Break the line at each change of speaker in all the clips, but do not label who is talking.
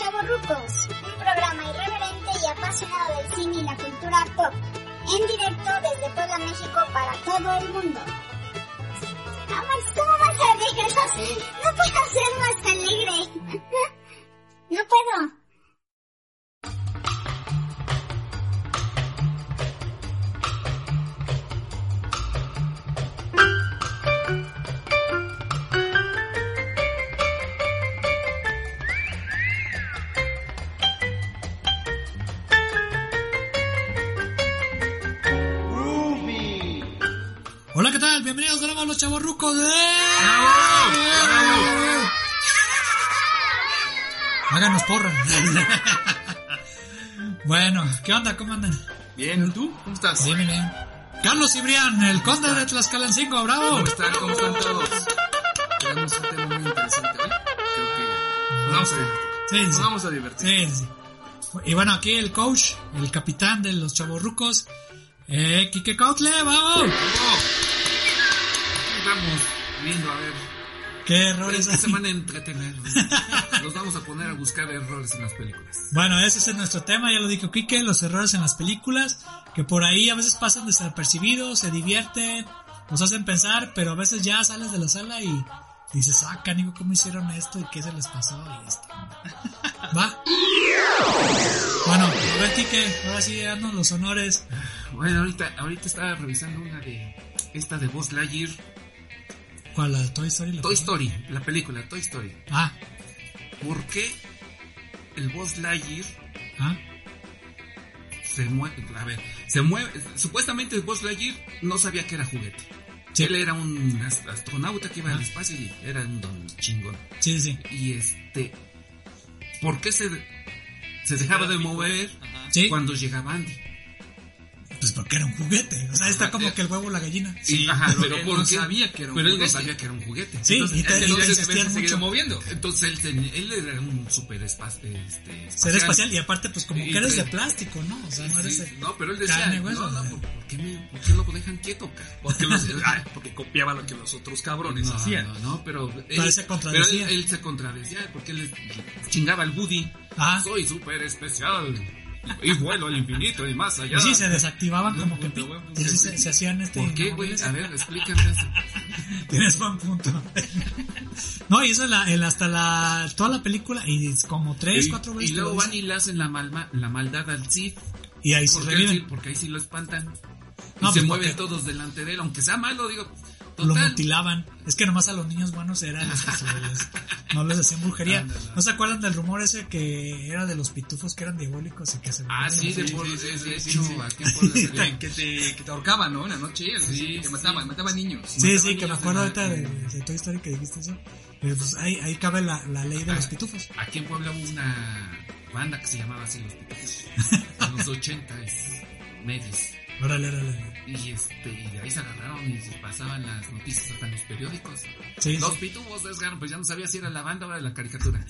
Discos, un programa irreverente y apasionado del cine y la cultura pop, en directo desde Puebla, México para todo el mundo. Max, ¿cómo vas a regresar? No puedo ser más alegre. No puedo.
Hola, ¿qué tal? Bienvenidos, grabamos los chavorrucos de... Háganos porra. bueno, ¿qué onda? ¿Cómo andan?
Bien, ¿y tú? ¿Cómo estás?
Bien, bien, bien. Carlos Cibrián, el conde de Tlaxcalancingo, bravo.
¿Cómo están? ¿Cómo están todos? Tenemos un tema muy interesante, ¿eh? Creo que nos vamos a divertir.
Sí, sí,
Nos vamos a divertir.
sí, sí. Y bueno, aquí el coach, el capitán de los chavorrucos, eh, Quique Cautle, vamos.
Ahí Vamos viendo, a ver.
Qué errores
Esta
hay.
semana entretener. Nos vamos a poner a buscar errores en las películas.
Bueno, ese es nuestro tema, ya lo dijo Quique, los errores en las películas, que por ahí a veces pasan desapercibidos, se divierten, nos hacen pensar, pero a veces ya sales de la sala y dices, ah, canigo, ¿cómo hicieron esto? ¿Y qué se les pasó? Y esto. ¿Va? Bueno, a ver, Quique, ahora sí, danos los honores.
Bueno, ahorita, ahorita estaba revisando una de... Esta de Buzz Lightyear.
¿Cuál? ¿La de Toy Story? ¿La
Toy
primera?
Story, la película, Toy Story.
Ah,
¿Por qué el Buzz Lightyear
ah,
se mueve, a ver, se mueve, supuestamente Buzz Lightyear no sabía que era juguete.
Sí.
Él era un ast- astronauta que iba
Ah.
al espacio y era un don chingón.
sí, sí.
Y este, ¿por qué se, se dejaba de mover
Sí,
cuando llegaba Andy?
pues porque era un juguete. O sea, está como que el huevo o la gallina.
eh, Y-
pero
él
¿por
no
qué?
sabía que era un
Pero él
juguete.
no sabía
que era un juguete.
Sí, y te- y te insistían mucho.
moviendo. Entonces él, ten- él era un super espa- este,
Ser espacial y aparte, pues como
Y
que eres de
tren.
plástico, ¿no? O sea, no eres
Sí,
de...
no, pero él decía,
carne, güey,
no,
o
no, pues,
sea.
¿por, por qué me- por qué lo dejan quieto, cara?
Porque, los- ah, porque copiaba lo que los otros cabrones
no,
hacían.
No, no, pero él,
Pero él se contradecía.
pero él- él se contradecía porque él chingaba al Woody.
Ah,
Soy súper especial y vuelo al infinito y más allá.
Y sí, se desactivaban
No,
como que
puta,
pi-
güey,
y así
pues,
se, se hacían este.
¿Por qué, güey?
inmovibles.
A ver, explícame eso.
Tienes buen punto. no, y eso es la, el- hasta la, toda la película, y es como tres,
y,
cuatro
y
veces. que lo
luego van
dicen.
y le hacen la, malma- la maldad al Cid.
y ahí se
Porque, él sí-
reviven.
porque ahí sí lo espantan. Y
No,
se
pues,
mueven
porque-
todos delante de él, aunque sea malo, digo.
Lo
Total,
mutilaban. Es que nomás a los niños buenos eran los que se les- no les hacían brujería.
No,
No,
no, no.
se acuerdan del rumor ese que era de los pitufos que eran diabólicos y que se
Ah, sí, de
Sí,
por,
sí, sí,
es-
sí,
de
sí,
hecho,
sí.
aquí en Puebla
Que te,
salía.
que te- que te ahorcaban, ¿no? En la noche,
Sí,
así, te
sí.
mataban, mataban niños.
Sí, sí,
mataban
que me
niños
acuerdo
en la-
ahorita de,
en-
de Toy Story que dijiste eso. Pero pues ahí, ahí cabe la, la ley de los pitufos.
Aquí en Puebla hubo una banda que se llamaba así Los Pitufos. En los 80 es medios.
Órale, órale, órale.
Y, este, y de ahí se agarraron y se pasaban las noticias hasta en los periódicos.
Sí, sí.
Los pitufos desgarran, pues ya no sabía si era la banda o era la caricatura.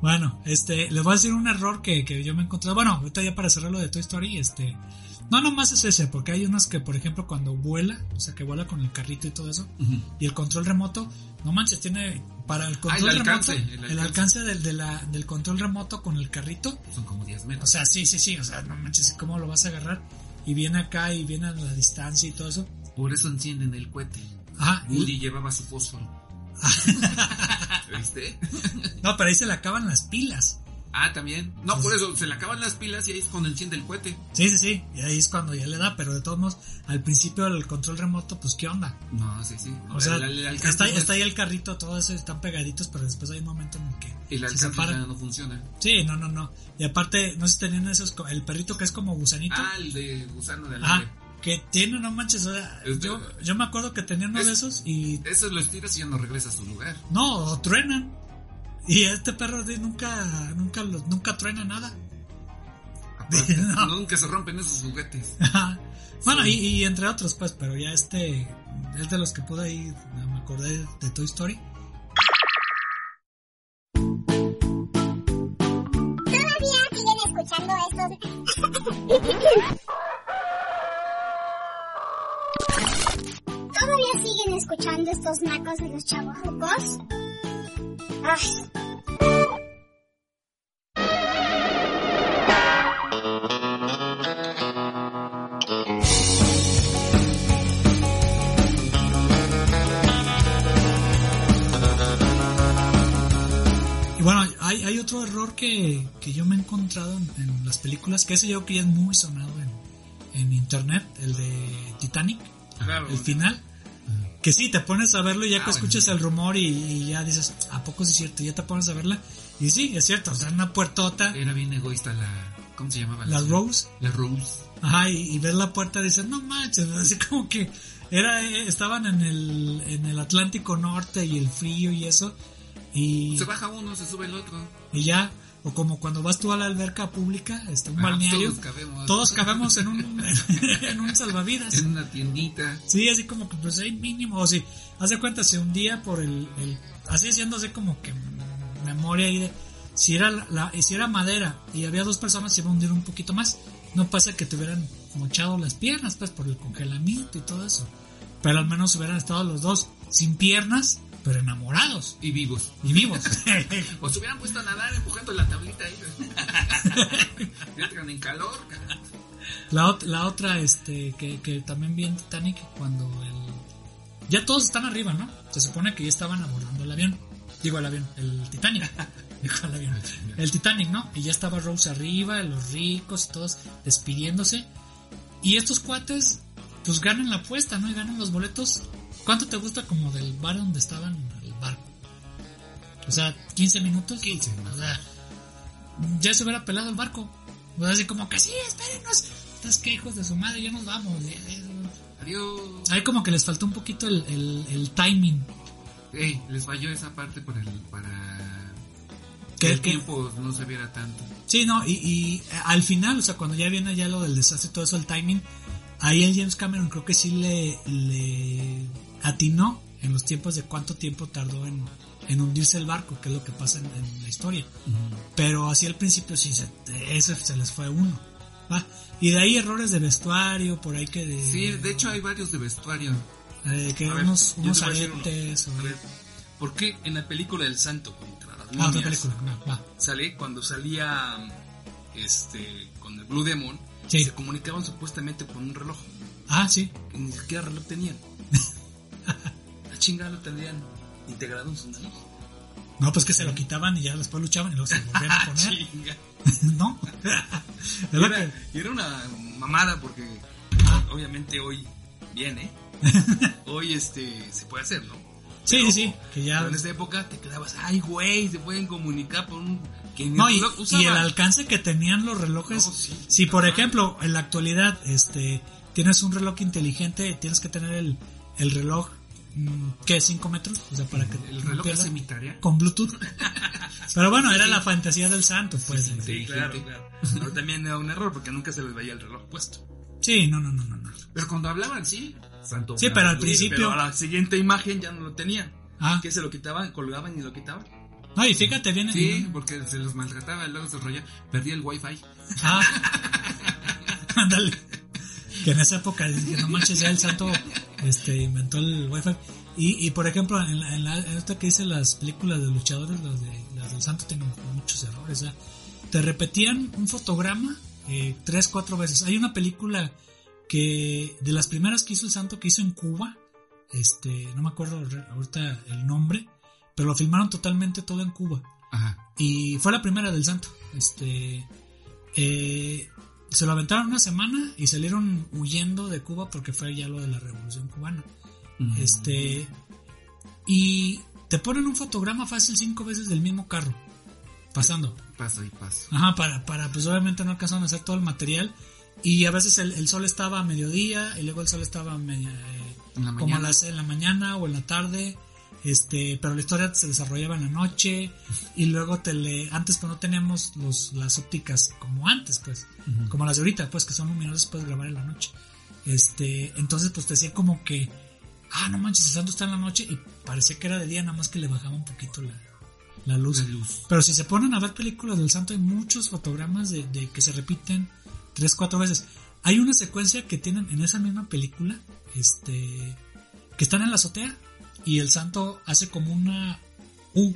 Bueno, este, les voy a decir un error que, que yo me encontré. Bueno, ahorita ya para cerrar lo de Toy Story, este. No nomás es ese, porque hay unos que, por ejemplo, cuando vuela, o sea, que vuela con el carrito y todo eso, y el control remoto, no manches, tiene. Para Ah, el control
alcance,
remoto,
el
el alcance,
alcance.
del, de la- del control remoto con el carrito,
Son como 10
o
metros.
sea, sí, sí, sí, o sea, no manches, ¿cómo lo vas a agarrar? Y viene acá y viene a la distancia y todo eso.
Por eso encienden el cohete.
Ajá, y-
Woody llevaba su fósforo. ¿Viste?
no, pero ahí se le acaban las pilas.
Ah, también. No, por eso se le acaban las pilas y ahí es cuando enciende el cohete.
Sí, sí, sí, y ahí es cuando ya le da, pero de todos modos, al principio el control remoto, pues, ¿qué onda?
No, sí, sí.
O sea,
El- el- el alcance
está,
no es-
está ahí el carrito, todo eso, están pegaditos, pero después hay un momento en el que
El
se
alcance ya
separan.
no funciona.
Sí, no, no, no. Y aparte, no sé si tenían esos, co- el perrito que es como gusanito.
Ah, el de gusano de
Ah,
alambre.
que tiene, no manches, o sea,
Es-
yo, yo me acuerdo que tenía uno de
es-
esos y
Eso lo estiras y ya no regresa a su lugar.
no, o truenan. Y este perro sí, nunca, nunca, lo- nunca truena nada.
Aparte,
No.
Nunca se rompen esos juguetes.
bueno, y, y entre otros, pues, pero ya este es de los que pude ahí, me acordé de Toy Story.
Todavía siguen escuchando estos. Todavía siguen escuchando estos nacos de los chavos rucos. Ay.
otro error que, que yo me he encontrado en, en las películas, que ese yo creo que ya es muy sonado en, en internet, el de Titanic,
Claro.
el final. Que sí, te pones a verlo y ya
Ah,
que
bueno.
escuchas el rumor y, y ya dices, ¿a poco sí es cierto? Y ya te pones a verla. Y sí, es cierto, o sea, una puertota,
Era bien egoísta la. ¿Cómo se llamaba?
la
señora?
Rose,
La Rose.
Ajá, y, y ves la puerta y dices, no manches, así como que era, eh, estaban en el, en el Atlántico Norte y el frío y eso, y,
Se baja uno, se sube el otro.
y ya, o como cuando vas tú a la alberca pública, este, un
Ah,
balneario,
Todos cabemos.
todos cabemos en un, en un salvavidas.
En una tiendita.
Sí, así como que pues hay mínimo, o si, haz de cuenta, si un día por el, el- así haciendo así como que memoria ahí de, si era, la, la- si era madera y había dos personas se iba a hundir un poquito más, no pasa que te hubieran mochado las piernas pues por el congelamiento y todo eso, pero al menos hubieran estado los dos sin piernas, pero enamorados
Y vivos.
y vivos.
O se hubieran puesto a nadar empujando la tablita ahí. Entran en calor. cara.
La, ot- la otra, este, que, que también vi en Titanic, cuando el... Ya todos están arriba, ¿no? Se supone que ya estaban abordando el avión. Digo el avión, el Titanic. Digo el avión. El Titanic, ¿no? Y ya estaba Rose arriba, los ricos y todos despidiéndose. Y estos cuates, pues ganan la apuesta, ¿no? Y ganan los boletos. ¿Cuánto te gusta como del bar donde estaban el barco? O sea, 15 minutos. 15. O sea, ya se hubiera pelado el barco. O sea, así como que sí, espérenos. Estás que hijos de su madre, ya nos vamos. Ya, ya.
Adiós.
Ahí como que les faltó un poquito el, el- el timing.
Ey, les falló esa parte por el, para
Que-
que el
que-
tiempo no se viera tanto.
Sí, no, y, y al final, o sea, cuando ya viene ya lo del desastre y todo eso, el timing, ahí el James Cameron creo que sí le, le atinó en los tiempos de cuánto tiempo tardó en, en hundirse el barco, que es lo que pasa en, en la historia. Pero así al principio sí, se, ese se les fue uno. ¿va? Y de ahí errores de vestuario, por ahí que... De,
Sí, de hecho hay varios de vestuario.
eh, que
A ver,
unos,
yo
unos
te voy a decir uno.
aretes o...
A ver, ¿Por qué en la película del santo contra las
Ah, otra
momias
película, no, va.
sale cuando salía este con el Blue Demon
Sí.
se comunicaban supuestamente con un reloj
Ah, sí.
que ni siquiera reloj tenían la chingada lo tendrían integrado en su nariz
No, pues que se lo quitaban y ya después luchaban y luego se lo volvían a
Ah,
poner.
chinga.
¿No?
Y
¿Verdad
era,
que?
y era una mamada porque
Ah.
obviamente hoy viene hoy este se puede hacer no
Sí, sí, sí, que ya...
Pero en este esa época te quedabas ay güey se pueden comunicar por un que ni
No,
el
y,
reloj
y
usaba.
el alcance que tenían los relojes.
No, sí.
si por
Ajá.
ejemplo en la actualidad este tienes un reloj inteligente, tienes que tener el, el reloj que 5 metros, o sea, para que
El
no
reloj
pierda,
hace mi tarea.
con Bluetooth. Pero bueno, era la fantasía del santo, pues. Sí,
Sí, claro, claro. Pero también era un error porque nunca se les veía el reloj puesto.
no, no, no, no, no.
Pero cuando hablaban, sí. Santo
Sí, pero al
Claro.
principio-
Pero a la siguiente imagen ya no lo tenían.
Ah,
Que se lo quitaban, colgaban y lo quitaban.
no, y fíjate bien.
Sí, porque se los maltrataba, luego se enrollaba. Perdí el wifi.
Ah. Ándale. Que en esa época dije, no manches, ya el santo este, inventó el wifi. Y, y por ejemplo, en la, en la- en esta que dice las películas de luchadores, las, de, las del santo tienen muchos errores. ¿verdad? Te repetían un fotograma eh, tres, cuatro veces. Hay una película que de las primeras que hizo el santo que hizo en Cuba, este, no me acuerdo re- ahorita el nombre, pero lo filmaron totalmente todo en Cuba
Ajá.
y fue la primera del santo. Este eh, se lo aventaron una semana y salieron huyendo de Cuba porque fue ya lo de la revolución cubana.
Mm.
Este y te ponen un fotograma fácil cinco veces del mismo carro pasando.
Paso y paso.
Ajá, para, para pues obviamente no alcanzaron a hacer todo el material y a veces el, el sol estaba a mediodía y luego el sol estaba a media- eh,
En la
como a
mañana.
las en la mañana o en la tarde este pero la historia se desarrollaba en la noche y luego te le antes pues no teníamos los las ópticas como antes pues
Ujú.
como las de ahorita pues que son luminosas puedes grabar en la noche este entonces pues te decía como que ah no manches el santo está en la noche y parecía que era de día nada más que le bajaba un poquito la, la luz
La luz.
pero si se ponen a ver películas del santo, hay muchos fotogramas de, de que se repiten tres, cuatro veces. Hay una secuencia que tienen en esa misma película, este, que están en la azotea y el santo hace como una U.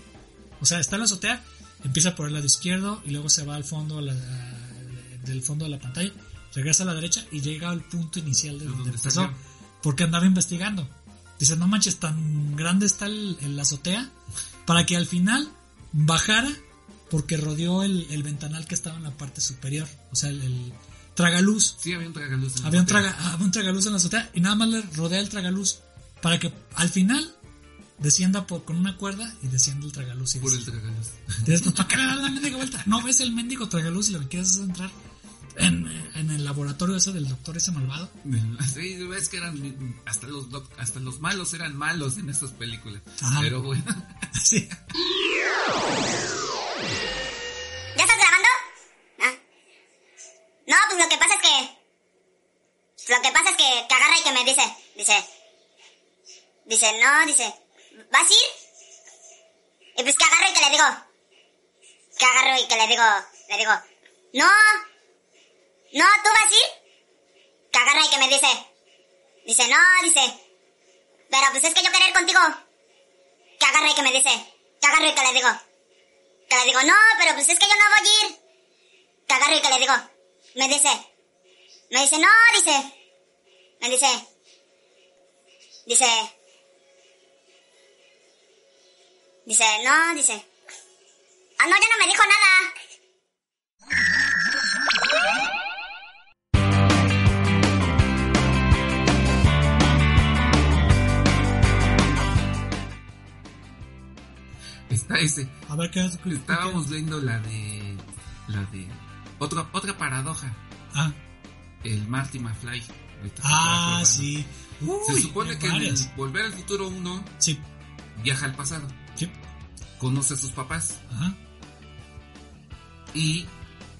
O sea, está en la azotea, empieza por el lado izquierdo y luego se va al fondo, a la- del fondo de la pantalla, regresa a la derecha y llega al punto inicial
De
de donde,
donde
empezó
salieron.
porque andaba investigando. Dice, no manches, tan grande está el, el azotea para que al final bajara porque rodeó el, el ventanal que estaba en la parte superior, o sea, el, el tragaluz.
Sí, había un tragaluz. en la
Había un,
azotea.
traga, había un tragaluz en la azotea y nada más le rodea el tragaluz para que al final descienda por, con una cuerda y descienda el tragaluz. Y
Por el
descienda.
tragaluz.
Dices, "Pues, ¿para qué le das la mendiga vuelta? No ves el mendigo tragaluz y lo que quieres es entrar en, en el laboratorio ese del doctor ese malvado.
Sí, ves que eran hasta los doc- hasta los malos eran malos en estas películas.
Ajá.
Pero bueno,
Sí.
¿Ya estás grabando? Ah. No, pues lo que pasa es que. Lo que pasa es que, que agarra y que me dice. Dice. Dice, no, dice. ¿Vas a ir? Y pues que agarro y que le digo. Que agarro y que le digo. Le digo. No. No, ¿tú vas a ir? Que agarra y que me dice. Dice, no, dice. Pero pues es que yo quería ir contigo. Que agarra y que me dice. Que agarro y que le digo. Que le digo, no, pero pues es que yo no voy a ir. Que agarro y que le digo, me dice, me dice, no, dice, me dice, dice, dice, no, dice, ah, no, ya no me dijo nada.
está ese.
A ver qué es.
Estábamos viendo la de la de otra otra paradoja,
Ah,
el Marty McFly. Ahorita
ah
me estoy
sí.
acordando.
Uy,
Se supone que en el
varias.
Volver al Futuro 1
Sí,
viaja al pasado,
sí.
conoce a sus papás
Ajá.
y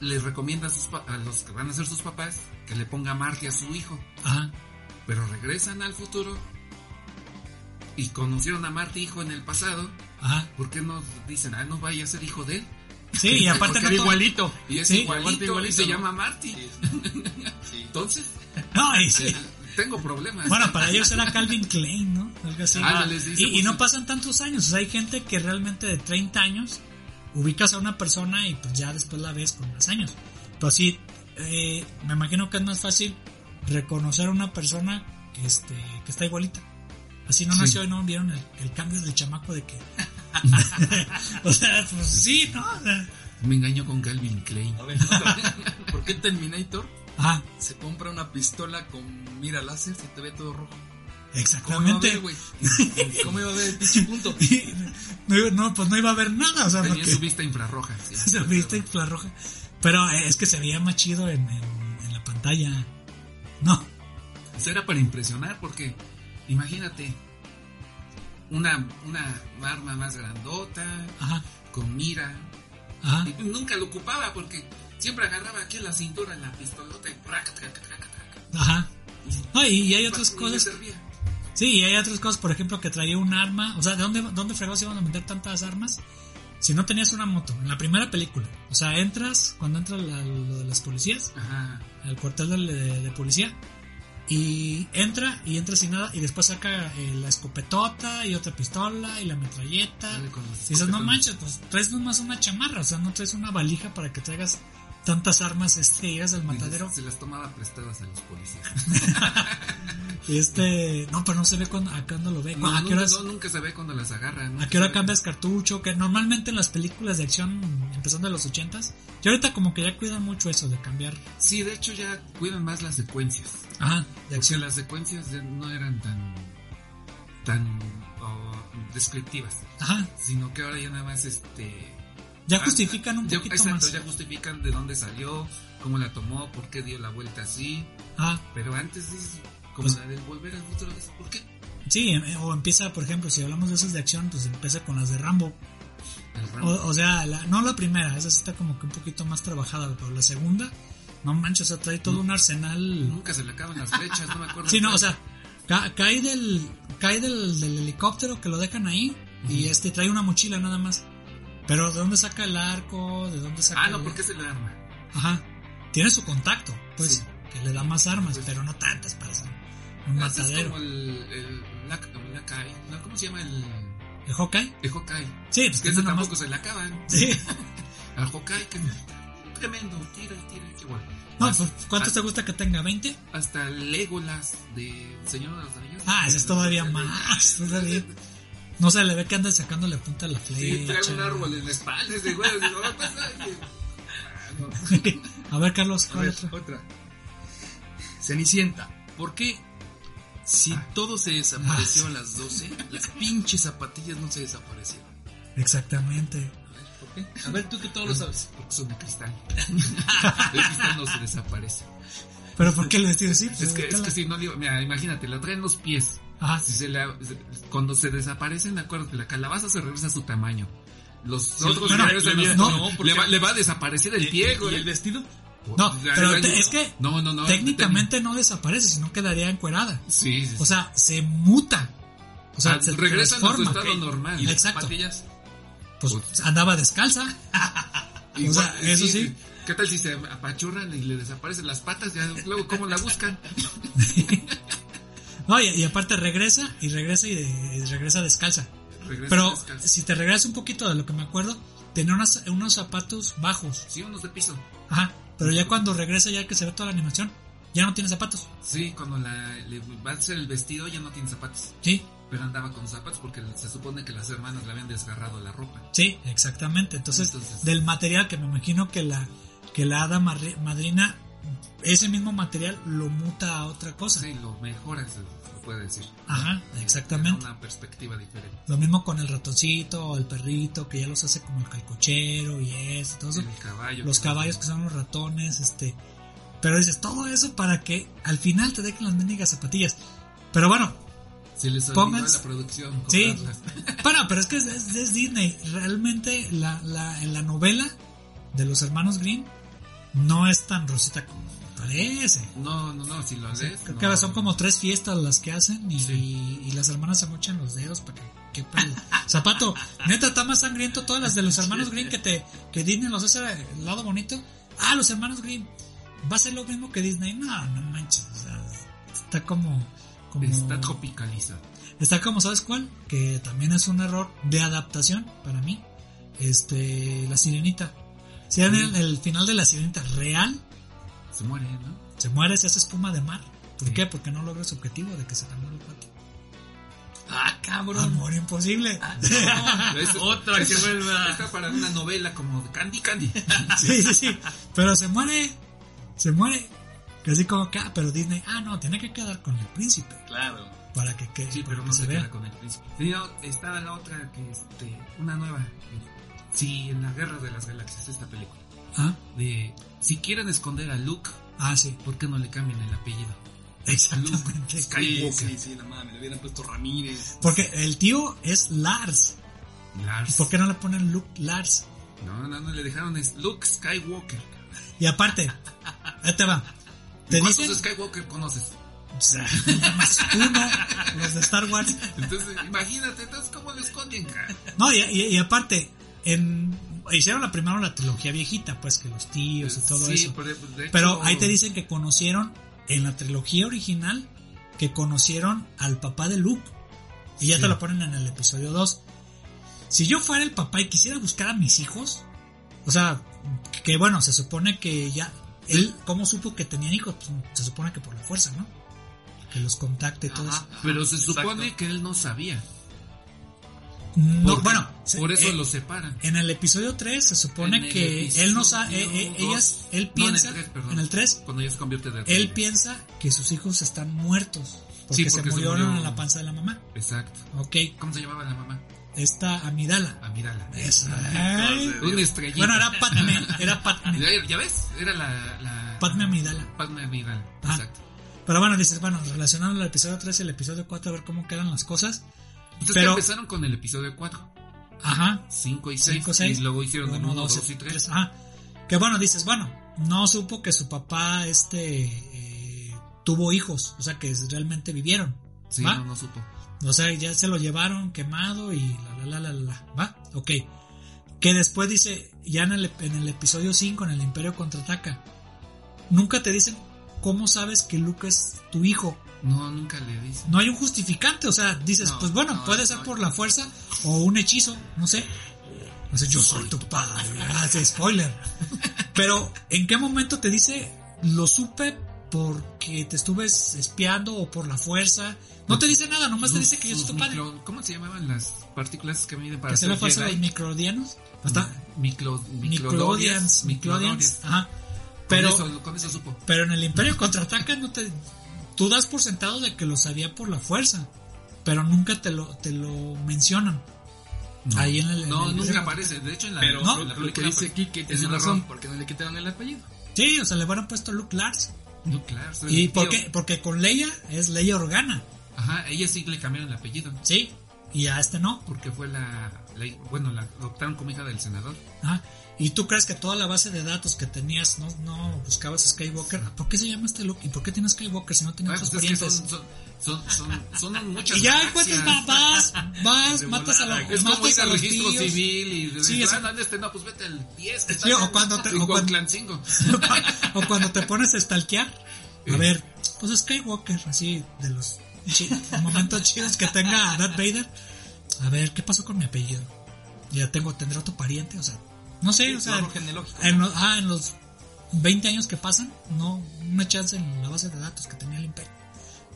les recomienda a, sus pa- a los que van a ser sus papás que le ponga Marty a su hijo.
Ajá.
Pero regresan al futuro y conocieron a Marty hijo en el pasado.
Ajá.
¿Por qué no dicen, ah, no vaya a ser hijo de él?
Sí, y aparte
Porque
no
era
todo-
igualito.
Y es
Sí,
igualito,
igualito,
y se
¿no?
llama Marty.
Sí. Sí.
Entonces,
No, y sí.
tengo problemas.
Bueno, para ellos era Calvin Klein, ¿no? Algo así.
Ah, les dice,
y, y
pues,
no
sí.
pasan tantos años. O sea, hay gente que realmente de 30 años ubicas a una persona y pues ya después la ves con más años. Pero sí, eh, me imagino que es más fácil reconocer a una persona que, este, que está igualita. Así no
Sí.
nació y no vieron el, el cambio del chamaco de que. o sea, pues sí, ¿no? O sea,
Me engañó con Calvin Klein.
A ver, otra. ¿por qué Terminator
ah,
se compra una pistola con mira láser se te ve todo rojo? ¿Cómo iba a
exactamente.
ver, güey? ¿Cómo iba a ver el pinche punto?
no, iba- no, pues no iba a haber nada. O sea,
Tenía
porque-
su vista infrarroja. sí.
Se viste en la roja. Pero eh, es que se veía más chido en, en- en la pantalla. No.
Eso Pues era para impresionar porque, imagínate, una, una arma más grandota,
Ajá.
con mira.
Ajá.
Y nunca lo ocupaba porque siempre agarraba aquí en la cintura la pistolota y prac, trac, trac, trac.
Ajá. No, y, y hay otras
Ni
cosas.
le servía.
Sí, y hay otras cosas. Por ejemplo, que traía un arma. O sea, ¿de dónde, dónde fregados iban a meter tantas armas? Si no tenías una moto. En la primera película. O sea, entras, cuando entra la- lo de las policías,
Ajá.
al cuartel de, de- de policía. Y entra, y entra sin nada. Y después saca eh, la escopetota y otra pistola y la metralleta.
Dale con los
Y dices, no
escopetas.
manches, pues traes nomás una chamarra, o sea, no traes una valija para que traigas tantas armas, este, llegas al matadero,
Se las tomaba prestadas a los policías.
y este, no, pero no se ve cuando, acá no lo ve,
No,
¿a qué
nunca,
horas-
no, nunca se ve cuando las agarran.
¿A qué hora cambias cartucho? Que normalmente en las películas de acción, empezando en los ochentas, y ahorita como que ya cuidan mucho eso de cambiar,
Sí, de hecho ya cuidan más las secuencias.
ajá, de
Porque
acción.
las secuencias ya no eran tan tan oh, descriptivas,
Ajá,
sino que ahora ya nada más este
ya
ah,
justifican un
ya,
poquito
exacto,
más.
ya justifican de dónde salió, cómo la tomó, por qué dio la vuelta así,
Ajá,
pero antes dices como
Pues-
la del volver al futuro, dices, ¿por qué?
sí, em- o empieza, por ejemplo, si hablamos de esas de acción, pues empieza con las de Rambo,
El Rambo.
O, o sea, la- no la primera, esa sí está como que un poquito más trabajada, pero la segunda, no manches, o sea, trae
Mm.
todo un arsenal.
Nunca se le acaban las flechas, no me acuerdo.
Sí, no, o sea, ca- cae del cae del, del helicóptero que lo dejan ahí y
Ujú.
este trae una mochila nada más. Pero ¿de dónde saca el arco? ¿De dónde saca
Ah, no,
el-
porque es el arma.
Ajá. Tiene su contacto, pues,
Sí.
que le da más armas,
Pues-
pero no tantas para hacer un
Ese Es
matadero.
como el, el la- la Kai, ¿no? ¿Cómo se llama el,
¿El Hawkeye?
el Hawkeye?
Sí, pues
Que
tiene
ese
nada más-
tampoco se le acaban.
Sí.
Al Hawkeye, que es tremendo, tira, tira, qué bueno.
No,
Hasta-
pues, ¿cuántos te gusta que tenga? ¿20?
Hasta Legolas de Señor de los Anillos.
Ah, ese es todavía más. todavía. No se le ve que anda sacándole punta a la
Sí,
flecha.
trae un árbol en la espalda ese güey. así, no va a pasar. Ah, no.
a ver, Carlos,
A
¿cuál
ver,
otra?
otra. Cenicienta. ¿Por qué? Si todo se desapareció a las 12, las pinches zapatillas no se desaparecieron.
Exactamente.
A ver, ¿por qué? A ver, tú que todo lo sabes.
Porque son de cristal. El cristal no se desaparece.
Pero ¿por qué el vestido así?
Es que, es que si no digo, mira, imagínate, la traen los pies.
Ajá,
Si
Ah, sí,
se la- se- cuando se desaparecen, acuérdate, la calabaza se regresa a su tamaño. Los
Sí,
otros
bueno,
guerreros de
no,
la-
no, porque-
le, va, le va a desaparecer el pie, güey.
¿Y el eh. vestido?
No,
O sea,
pero
le va-
te- es que
no, no, no,
técnicamente no desaparece, sino quedaría encuerada.
Sí, sí,
O sea, se muta. O sea,
Ah,
se
regresan a su
transforma.
estado
ok.
normal.
¿Y las
Exacto.
zapatillas?
Pues andaba descalza.
Igual,
o sea, eso sí.
¿Qué tal si se apachurran y le desaparecen las patas? Ya, luego, ¿cómo la buscan?
No, y, y aparte regresa y regresa y, de- y regresa descalza.
Regresan
Pero
descalzos.
si te regresas un poquito de lo que me acuerdo, tenía unas- unos zapatos bajos.
Sí, unos de piso.
Ajá. Pero ya cuando regresa, ya que se ve toda la animación, ya no tiene zapatos.
Sí, cuando la, le va a hacer el vestido ya no tiene zapatos.
Sí,
Pero andaba con zapatos porque se supone que las hermanas le habían desgarrado la ropa.
sí, exactamente. Entonces,
Entonces.
del material que me imagino que la, que la hada marri- madrina, ese mismo material lo muta a otra cosa.
Sí, lo mejora, se lo puede decir.
Ajá, exactamente.
Era Una perspectiva diferente.
Lo mismo con el ratoncito o el perrito, que ya los hace como el calcochero y eso, todo eso.
El caballo.
Los caballos que son los ratones, este. Pero dices, todo eso para que al final te dejen las mendigas zapatillas. Pero bueno,
Se les olvidó
Pongan-
la producción.
Sí.
comprarlas.
bueno, pero es que es, es- es Disney. Realmente la, la, en la novela de los hermanos Green no es tan rosita como parece.
No, no, no, si lo lees.
Creo
no.
que son como tres fiestas las que hacen y,
Sí.
y- y las hermanas se mochan los dedos para que quepa el zapato. Neta, está más sangriento todas las de los hermanos Green que te que Disney los hace el lado bonito. Ah, los hermanos Green. Va a ser lo mismo que Disney. No, no manches. o sea, está como, como...
Está tropicalizado.
Está como, ¿sabes cuál? Que también es un error de adaptación para mí. Este, la sirenita. Si ven el, el final de la sirenita real,
Se muere, ¿no?
se muere, se hace espuma de mar. ¿Por
Sí.
qué? Porque no logra su objetivo de que se enamore el cuate.
Ah, cabrón.
Amor imposible.
Ah.
Ah,
Es-
Otra que vuelva.
Está para una novela como Candy Candy.
sí, sí, sí. Pero se muere. Se muere. Así como que, ah, pero Disney, ah, no, tiene que quedar con el príncipe.
Claro.
Para que, que-
Sí,
para
pero
que
no
se
se queda
vea.
con el príncipe. Sí, no, estaba la otra que, este, una nueva. eh, Sí, en la Guerra de las Galaxias, esta película.
Ah,
De, si quieren esconder a Luke,
ah, sí.
¿por qué no le cambian el apellido?
Exactamente.
Sí,
Skywalker.
sí, sí, no mames, le hubieran puesto Ramírez.
Porque el tío es Lars.
Lars.
¿Por qué no le ponen Luke Lars?
No, no, no, le dejaron es Luke Skywalker.
Y aparte, ahí te va. Te
¿Cuántos
dicen.
Skywalker conoces?
Más uno, los de Star Wars.
Entonces, imagínate, entonces, ¿cómo lo esconden, cara?
No, y, y- y aparte, en, hicieron la primero la trilogía viejita, pues que los tíos y todo
Sí,
eso.
por- de hecho-
Pero ahí te dicen que conocieron en la trilogía original, que conocieron al papá de Luke. Y ya
Sí.
te lo ponen en el episodio 2. Si yo fuera el papá y quisiera buscar a mis hijos, o sea, que bueno, se supone que ya. Él, ¿cómo supo que tenían hijos? Pues, se supone que por la fuerza, ¿no? Que los contacte y todo
Ajá.
eso.
Pero se
Exacto.
supone que él no sabía.
No,
Porque-
bueno. se-
Por eso
eh,
los separan.
En el episodio 3 se
En
supone
el
que él no sabe,
episodio
eh, eh,
dos.
ellas,
No,
él
en el
piensa,
tres, perdón.
en el 3,
Cuando ya se convierte de
él
rebelde.
piensa que sus hijos están muertos porque,
Sí, porque
se
se
murieron
murió.
en la panza de la mamá.
Exacto.
Ok,
¿Cómo se llamaba la mamá?
esta Amidala.
Amidala.
Eso,
Ay.
ay.
Una estrellita.
Bueno, era Padme, era Padme,
Ya, ya ves, era la... la
Padme Amidala.
Padme Amidala,
Ah.
exacto.
Pero bueno, dices, bueno, relacionando el episodio 3 y el episodio 4 a ver cómo quedan las cosas.
Entonces
Pero-
empezaron con el episodio 4,
Ajá,
5 y 6.
Cinco, seis.
y luego hicieron el
Uno,
1,
dos,
2 y 3.
Ajá. Que bueno, dices, bueno, no supo que su papá este eh, tuvo hijos, o sea, que realmente vivieron.
Sí,
¿va?
no, no supo.
O sea, ya se lo llevaron quemado y la la la la la, la. ¿Va? Ok. Que después dice, ya en el, en el episodio 5, en el Imperio Contraataca, nunca te dicen cómo sabes que Luke es tu hijo.
No, nunca le dicen.
No hay un justificante, o sea, dices,
No,
pues bueno,
no,
puede
no,
ser
no.
por la fuerza o un hechizo, no sé. No sé, yo soy tu padre. Ah, sí, spoiler. Pero, ¿en qué momento te dice, lo supe porque te estuve espiando o por la fuerza. No te dice nada, nomás te dice que yo soy
Sus
tu padre.
micro- ¿Cómo se llamaban las partículas que miden para
Que se la fuerza de
Jedi?
los microdianos. Hasta
Miclo,
microdians,
miclodorians,
microdians.
miclodorians.
Ajá.
Pero
Pero,
con eso, con eso supo.
pero en el Imperio Contraataca no te... Tú das por sentado de que lo sabía por la fuerza, pero nunca te lo, te lo mencionan. Ahí en el...
No,
en el-
nunca aparece. De hecho, en la,
Pero
Eh, en la
Ah, lo- lo que
película
dice aquí que
es
tiene
un
razón
error.
porque no le quitaron el apellido.
Sí, o sea, le hubieran puesto Luke Lars.
No, claro, soy
¿Y
el
por
tío.
qué? Porque con Leia es Leia Organa,
Ajá, ella sí le cambiaron el apellido.
¿sí? Y a este no.
Porque fue la, la- Bueno, la adoptaron como hija del senador.
Ajá. ¿Y tú crees que toda la base de datos que tenías, no, no buscabas Skywalker? ¿Por qué se llama este Luke? ¿Y por qué tiene Skywalker si no tenía
Ah,
otros
pues es que
parientes?
son, son, son, son, son muchas.
Y ya
gracias.
encuentras, va- vas, vas,
De
matas a
volada.
los,
Es como
matas
ir
a
al
los
registro
tíos.
civil y
Sí,
sí,
es-
este no, pues vete al 10 que
Sí, o cuando te- o cuando-
clan 5.
o cuando te pones a stalkear. A ver, pues Skywalker, así, de los chi- momentos chidos que tenga Darth Vader. A ver, ¿qué pasó con mi apellido? Ya tengo, tendré otro pariente, o sea, no sé, o sea,
árbol genealógico.
en los, ah, en los 20 años que pasan, no, una chance en la base de datos que tenía el Imperio.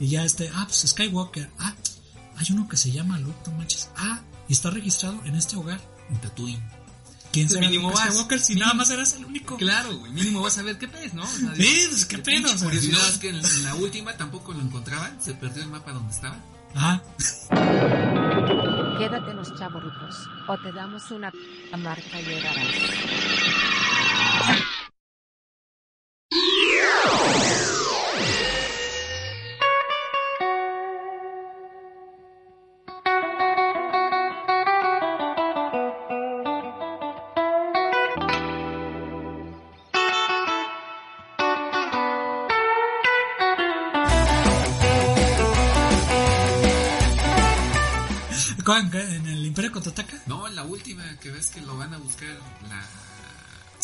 Y ya este, ah, pues Skywalker, ah, hay uno que se llama Luke, no manches, ah, y está registrado en este hogar.
Tatooine.
¿Quién
Sí,
será
mínimo
Luke
vas.
Skywalker si
Mínimo.
nada más eras el único?
Claro, güey. Mínimo vas a ver qué pez, ¿no? O sea,
Sí, pues qué
pinche
pedo, o sea.
Si no,
curiosidad.
es que en, en la última tampoco lo encontraban, se perdió el mapa donde estaba.
Ajá.
Quédate los chavorrucos, o te damos una p- marca y llorarás.
¿Cuán- qué? ¿En el Imperio Contraataca?
No, en la última que ves que lo van a buscar la,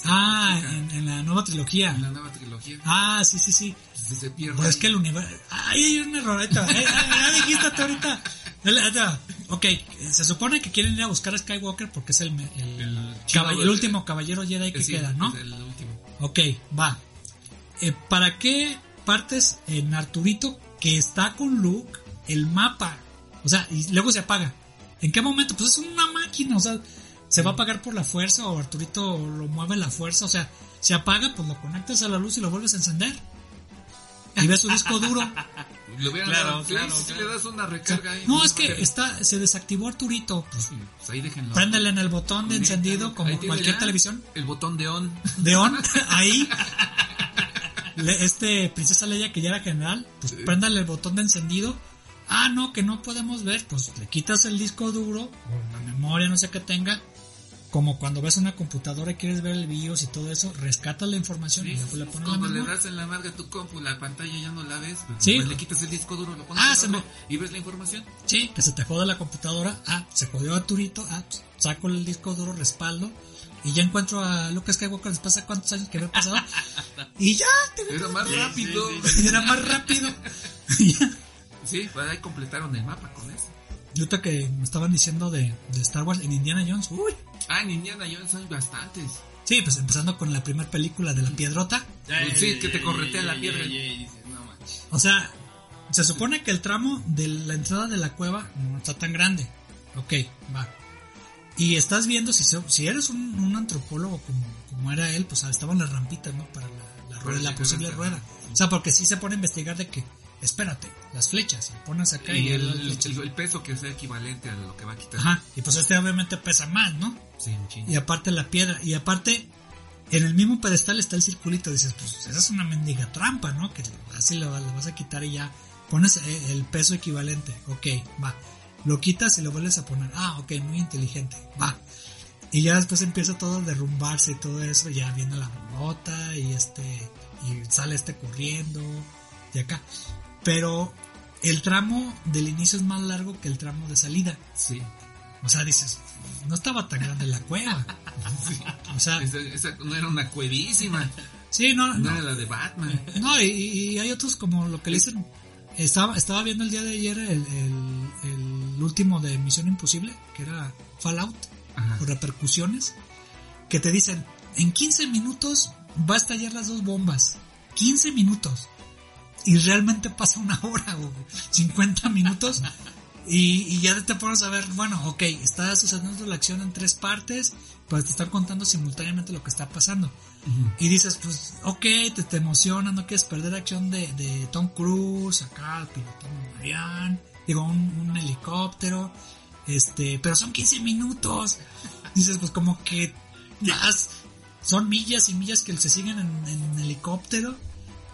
Ah, en, en la nueva trilogía.
en la nueva trilogía.
Ah, sí, sí, sí.
Se, se pierde.
Pues es que el universo... Ay, hay un error. ahí te va. Eh, eh, Ya dijiste tú ahorita. Dale, ahí te va. Ok, eh, se supone que quieren ir a buscar a Skywalker porque es el, me- el,
El
caball-
chico,
el último caballero Jedi que
sí,
queda, ¿no?
es el último.
Ok, va. Eh, ¿Para qué partes en Arturito que está con Luke el mapa? O sea, y luego se apaga. ¿En qué momento? Pues es una máquina, o sea, se va a apagar por la fuerza o Arturito lo mueve la fuerza, o sea, se apaga, pues lo conectas a la luz y lo vuelves a encender. Y ves su disco duro.
Lo hubieran
Claro,
dado- sí,
claro,
sí,
claro.
le das una recarga ahí.
No, es que
Porque-
está, se desactivó Arturito. Pues,
Sí, pues ahí déjenlo.
préndele en el botón de
Conéctalo.
encendido
Ahí
como
tiene
cualquier
ya
televisión.
El botón de on.
de on ahí le- este princesa Leia que ya era general pues préndale el botón de encendido ah no que no podemos ver pues le quitas el disco duro o la memoria no sé qué tenga como cuando ves una computadora y quieres ver el BIOS y todo eso rescatas la información y
Sí,
después le pones pues, la
Cuando le
memoria
das en la marca a tu compu, la pantalla ya no la ves. pero
Sí.
pues le quitas el disco duro, lo pones
Ah,
en
se me-
otro y ves la información.
sí que se te jode la computadora ah se jodió a Turito ah pues, saco el disco duro respaldo y ya encuentro a Lucas Skywalker después de cuántos años que había pasado y ya te
Era más rápido. Sí,
era más rápido Y ya.
pues ahí completaron el mapa con eso.
Y ahorita que me estaban diciendo de, de Star Wars en Indiana Jones, uy.
Ah, en Indiana Jones hay bastantes.
Sí, pues empezando con la primera película de la piedrota.
Pues sí, que te corretea la piedra.
Y dices, no manches.
O sea, se supone que el tramo de la entrada de la cueva no está tan grande. Ok, va. Y estás viendo, si, se- si eres un, un antropólogo como, como era él, pues ah, estaban las rampitas, ¿no? Para la, la rueda, la posible rueda. O sea, porque sí se pone a investigar de que, espérate, las flechas, y pones acá
Y
y,
el,
las flechas.
el- el peso que sea equivalente a lo que va a quitar.
Ajá, y pues este obviamente pesa más, ¿no?
Sí, un chingo.
Y aparte la piedra. Y aparte, en el mismo pedestal está el circulito. Dices, pues esa es una mendiga trampa, ¿no? Que así la, la vas a quitar y ya pones eh, el peso equivalente. Ok, va. Lo quitas y lo vuelves a poner. Ah, ok, muy inteligente. Va. Y ya después empieza todo a derrumbarse y todo eso. Ya viene la bolota y este. Y sale este corriendo. De acá. Pero el tramo del inicio es más largo que el tramo de salida.
Sí.
O sea, dices, no estaba tan grande la cueva. O sea,
Esa, esa no era una cuevísima.
sí,
No
no, Ah, no,
era la de Batman.
no, y, y hay otros como lo que le dicen. Estaba, estaba viendo el día de ayer el, el- el último de Misión Imposible, que era Fallout,
Ajá.
o repercusiones, que te dicen, en 15 minutos va a estallar las dos bombas. 15 minutos. y realmente pasa una hora o 50 minutos y, y ya te pones a ver, bueno, ok, está sucediendo la acción en tres partes, pues te están contando simultáneamente lo que está pasando. Y dices, pues, ok, te, te emocionas, no quieres perder la acción de, de Tom Cruise, acá, pilotando un avión, digo, un, un helicóptero, este, pero son 15 minutos. Dices, pues, como que más, son millas y millas que se siguen en, en helicóptero.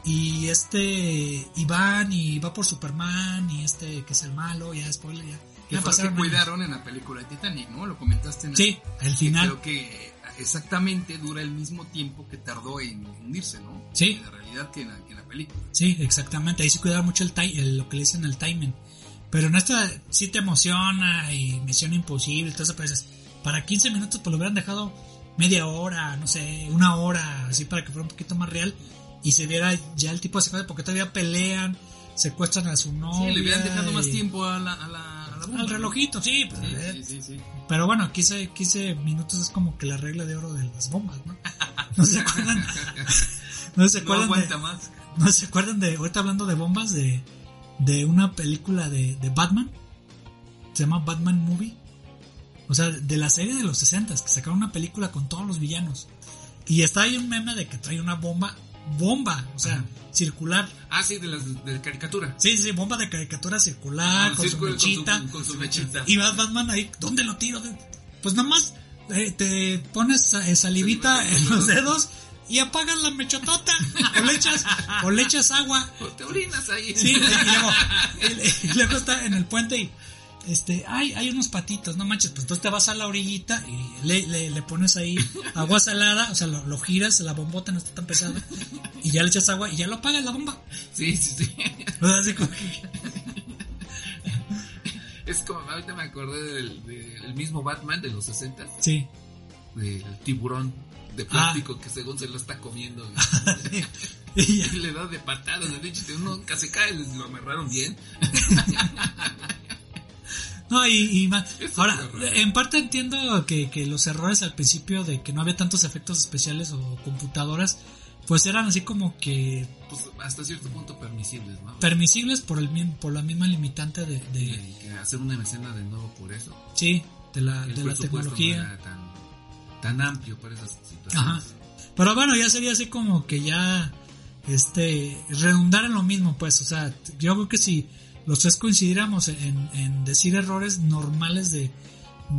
Y este, y van y va por Superman, y este, que es el malo, ya spoiler, ya.
Que
ya
fue lo
pasaron
que
años.
cuidaron en la película de Titanic, ¿no? Lo comentaste en
Sí, el
que
final.
Creo que eh, exactamente dura el mismo tiempo que tardó en hundirse, ¿no?
Sí.
En la realidad que en la, que en la película.
Sí, exactamente. Ahí sí cuidaba mucho el, ti- el- lo que le dicen el timing. Pero en esta sí te emociona y Misión Imposible, todas esas cosas. Para 15 minutos pues lo hubieran dejado media hora, no sé, una hora, así para que fuera un poquito más real y se viera ya el tipo de secuencia, porque todavía pelean, secuestran a su novia.
sí, le hubieran dejado más
y-
tiempo a la, a la, a la bomba,
Al
¿no?
relojito, sí, pues,
Sí,
eh,
sí, sí, sí.
pero bueno, 15, 15 minutos es como que la regla de oro de las bombas, ¿no? No se acuerdan. No se
No
acuerdan. de-
aguanta más.
¿No se acuerdan de, ahorita hablando de bombas, de, de una película de, de Batman? Se llama Batman Movie. O sea, de la serie de los 60 que sacaron una película con todos los villanos. Y está ahí un meme de que trae una bomba, bomba, o sea,
Ajá.
circular.
Ah, sí, de las de caricatura.
Sí, sí, bomba de caricatura circular,
Ah,
con,
sí,
su
con- con su-
mechita.
con su mechita.
Y vas Batman ahí, ¿dónde lo tiro? Pues nada más eh, te pones eh, salivita en los dedos y apagas la mechotota. O le echas, o le echas agua.
Te orinas ahí.
Sí, y luego, y- y luego está en el puente y este, ay, hay unos patitos, no manches, pues entonces te vas a la orillita y le, le- le pones ahí agua salada, o sea, lo, lo giras, la bombota no está tan pesada, y ya le echas agua y ya lo apagas la bomba.
Sí, sí, sí.
O sea, así como que-
Es como, ahorita me acordé del, del mismo Batman de los 60
sí.
del tiburón de plástico que según se lo está comiendo.
Y ya.
Y le da de patadas, de leche, de uno nunca se cae, les lo amarraron bien.
No, y, y más.
Eso
Ahora,
es un error.
en parte entiendo que, que los errores al principio de que no había tantos efectos especiales o computadoras, pues eran así como que
Pues hasta cierto punto permisibles, ¿no?
permisibles por, el, mi- por la misma limitante de, de-
Y que hacer una escena de nuevo por eso.
Sí, de la,
El
Ah, de la
presupuesto
tecnología.
No era tan, tan amplio para esas situaciones.
Ajá. Pero bueno, ya sería así como que ya este redundar en lo mismo, pues, o sea, t- yo creo que si los tres coincidiéramos en, en decir errores normales de,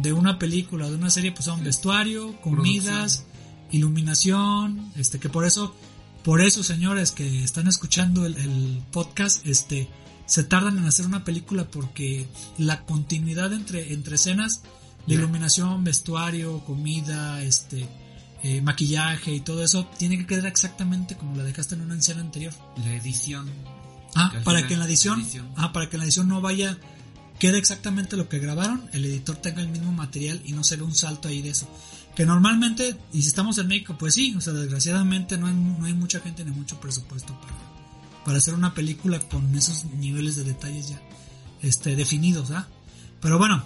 de una película, de una serie, pues son vestuario, comidas, iluminación, este, que por eso, por eso, señores que están escuchando el, el podcast, este, se tardan en hacer una película porque la continuidad entre, entre escenas de
Ya.
iluminación, vestuario, comida, este, eh, maquillaje y todo eso tiene que quedar exactamente como la dejaste en una escena anterior.
La edición.
Ah,
Que al
para
final
que en la edición,
edición.
ah, para que en la edición no vaya quede exactamente lo que grabaron, el editor tenga el mismo material y no se ve un salto ahí de eso. Que normalmente, y si estamos en México, pues sí, o sea, desgraciadamente no hay, no hay mucha gente ni mucho presupuesto para, para hacer una película con esos niveles de detalles ya este, definidos, ¿ah? Pero bueno,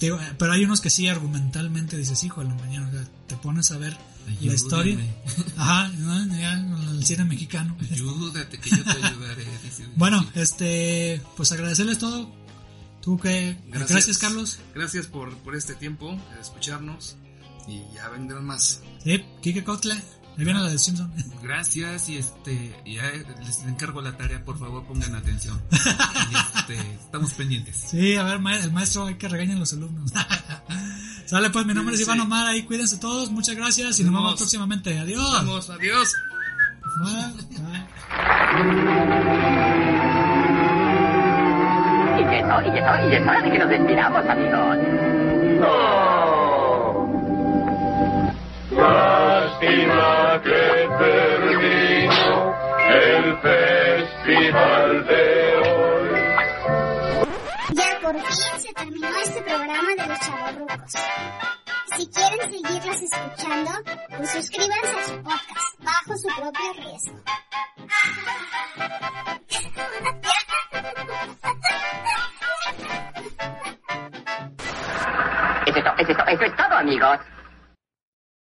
te digo, eh, pero hay unos que sí argumentalmente dices, hijo de la mañana, o sea, te pones a ver la
Ayúdame,
historia. Ajá, ¿no? ya, el cine mexicano.
Ayúdate que yo te ayudaré. dice.
Bueno,
Sí.
este, pues agradecerles todo. Tú que gracias,
Gracias.
Carlos.
Gracias por, por este tiempo, de escucharnos. Y ya vendrán más.
Sí, Kike Kotla. Ahí viene la de Simpson.
Gracias y este ya les encargo la tarea, por favor pongan atención. Y, este, estamos pendientes.
Sí, a ver, ma- el maestro hay que regañen los alumnos. Sale pues, mi nombre es
Cuídense.
Iván Omar, ahí cuídense todos, muchas gracias y nos
Nos
vemos
vemos.
próximamente. Adiós.
Vamos, adiós.
Bye, bye.
Y es, hora- y, es, hora- y es hora de que nos despidamos, amigos. ¡No!
Lástima que terminó el festival de hoy.
Ya por fin se terminó este programa de los chavorrucos. Si quieren seguirlos escuchando, pues suscríbanse a su podcast bajo su propio riesgo.
Eso es, to- eso es to- eso es todo, amigos.